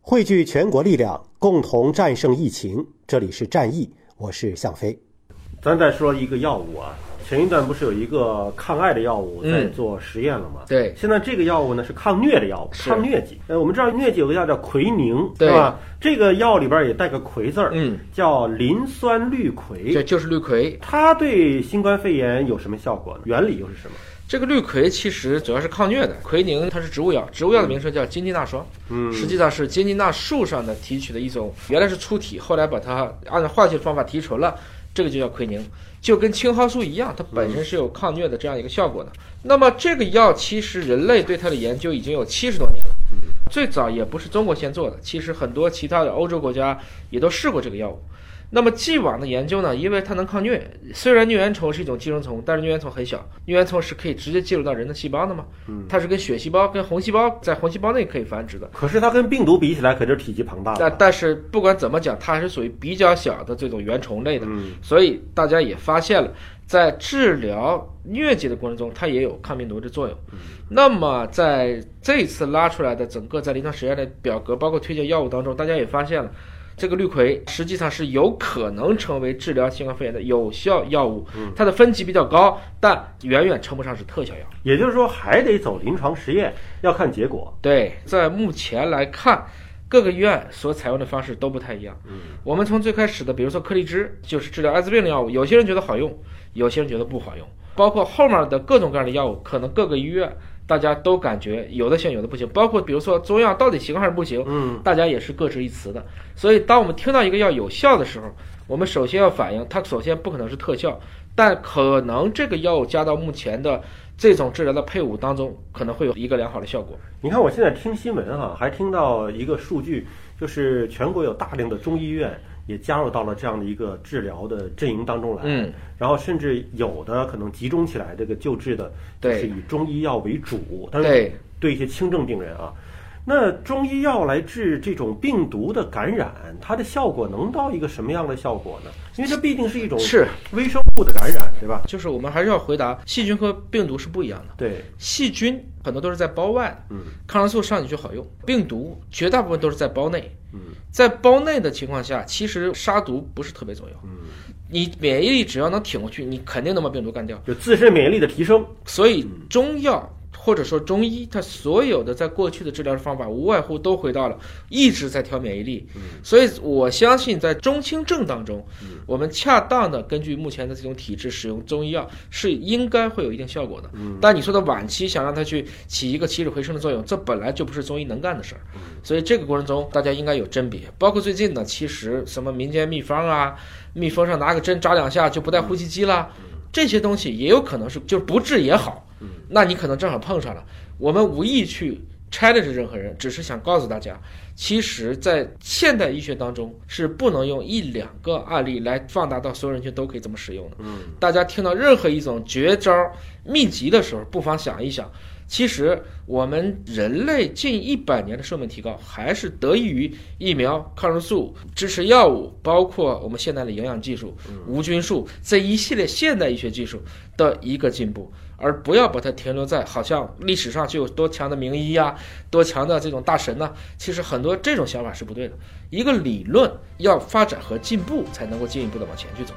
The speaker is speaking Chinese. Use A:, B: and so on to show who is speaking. A: 汇聚全国力量，共同战胜疫情。这里是战役，我是向飞。
B: 咱再说一个药物啊，前一段不是有一个抗癌的药物
A: 嗯
B: 在做实验了吗？
C: 对
B: 现在这个药物呢是抗疟的药物，
C: 是
B: 抗疟疾。呃，我们知道疟疾有个药叫奎宁，
C: 对
B: 是吧？这个药里边也带个奎字儿，
C: 嗯，
B: 叫磷酸氯喹
C: 这。就是氯喹。
B: 它对新冠肺炎有什么效果呢？原理又是什么？
C: 这个氯喹其实主要是抗疟的，奎宁它是植物药，植物药的名称叫金鸡纳霜，
B: 嗯，
C: 实际上是金鸡纳树上的提取的一种，原来是粗体，后来把它按照化学方法提纯了，这个就叫奎宁，就跟青蒿素一样，它本身是有抗疟的这样一个效果的。那么这个药其实人类对它的研究已经有七十多年了。最早也不是中国先做的，其实很多其他的欧洲国家也都试过这个药物。那么既往的研究呢，因为它能抗疟，虽然疟原虫是一种寄生虫，但是疟原虫很小，疟原虫是可以直接进入到人的细胞的嘛，它是跟血细胞、跟红细胞在红细胞内可以繁殖的。
B: 可是它跟病毒比起来，可就是体积庞大
C: 但
B: 了。
C: 但是不管怎么讲，它还是属于比较小的这种原虫类的，
B: 嗯
C: 所以大家也发现了，在治疗疟疾的过程中，它也有抗病毒的作用。那么在这次拉出来的整个在临床实验的表格，包括推荐药物当中，大家也发现了。这个氯喹实际上是有可能成为治疗新冠肺炎的有效药物，它的分级比较高，但远远称不上是特效药。
B: 也就是说，还得走临床实验，要看结果。
C: 对，在目前来看，各个医院所采用的方式都不太一样。嗯，我们从最开始的，比如说颗粒芝，就是治疗艾滋病的药物，有些人觉得好用，有些人觉得不好用。包括后面的各种各样的药物，可能各个医院大家都感觉有的行，有的不行。包括比如说中药到底行还是不行，
B: 嗯，
C: 大家也是各执一词的。所以，当我们听到一个药有效的时候，我们首先要反应，它首先不可能是特效，但可能这个药物加到目前的这种治疗的配伍当中，可能会有一个良好的效果。
B: 你看我现在听新闻哈、还听到一个数据，就是全国有大量的中医院也加入到了这样的一个治疗的阵营当中来。
C: 嗯，
B: 然后甚至有的可能集中起来，这个救治的
C: 对
B: 是以中医药为主，但是
C: 对
B: 对一些轻症病人啊。那中医药来治这种病毒的感染，它的效果能到一个什么样的效果呢？因为这毕竟是一种
C: 是
B: 微生物的感染，对吧？
C: 就是我们还是要回答，细菌和病毒是不一样的。
B: 对，
C: 细菌很多都是在包外的，
B: 嗯，
C: 抗生素上去就好用。病毒绝大部分都是在包内，
B: 嗯，
C: 在包内的情况下，其实杀毒不是特别重要。
B: 嗯，
C: 你免疫力只要能挺过去，你肯定能把病毒干掉。
B: 就自身免疫力的提升。
C: 所以中药或者说中医，它所有的在过去的治疗的方法，无外乎都回到了一直在调免疫力。所以我相信，在中轻症当中，我们恰当的根据目前的这种体质使用中医药，是应该会有一定效果的。但你说的晚期想让它去起一个起死回生的作用，这本来就不是中医能干的事儿。所以这个过程中，大家应该有甄别。包括最近呢，其实什么民间秘方啊，蜜蜂上拿个针扎两下就不带呼吸机啦，这些东西也有可能是就是不治也好。那你可能正好碰上了。我们无意去 challenge 任何人，只是想告诉大家，其实，在现代医学当中是不能用一两个案例来放大到所有人群都可以这么使用的。
B: 嗯，
C: 大家听到任何一种绝招秘籍的时候，不妨想一想。其实，我们人类近一百年的寿命提高，还是得益于疫苗、抗生素、支持药物，包括我们现在的营养技术、无菌术这一系列现代医学技术的一个进步，而不要把它停留在好像历史上就有多强的名医呀、多强的这种大神呐、其实很多这种想法是不对的。一个理论要发展和进步，才能够进一步的往前去走。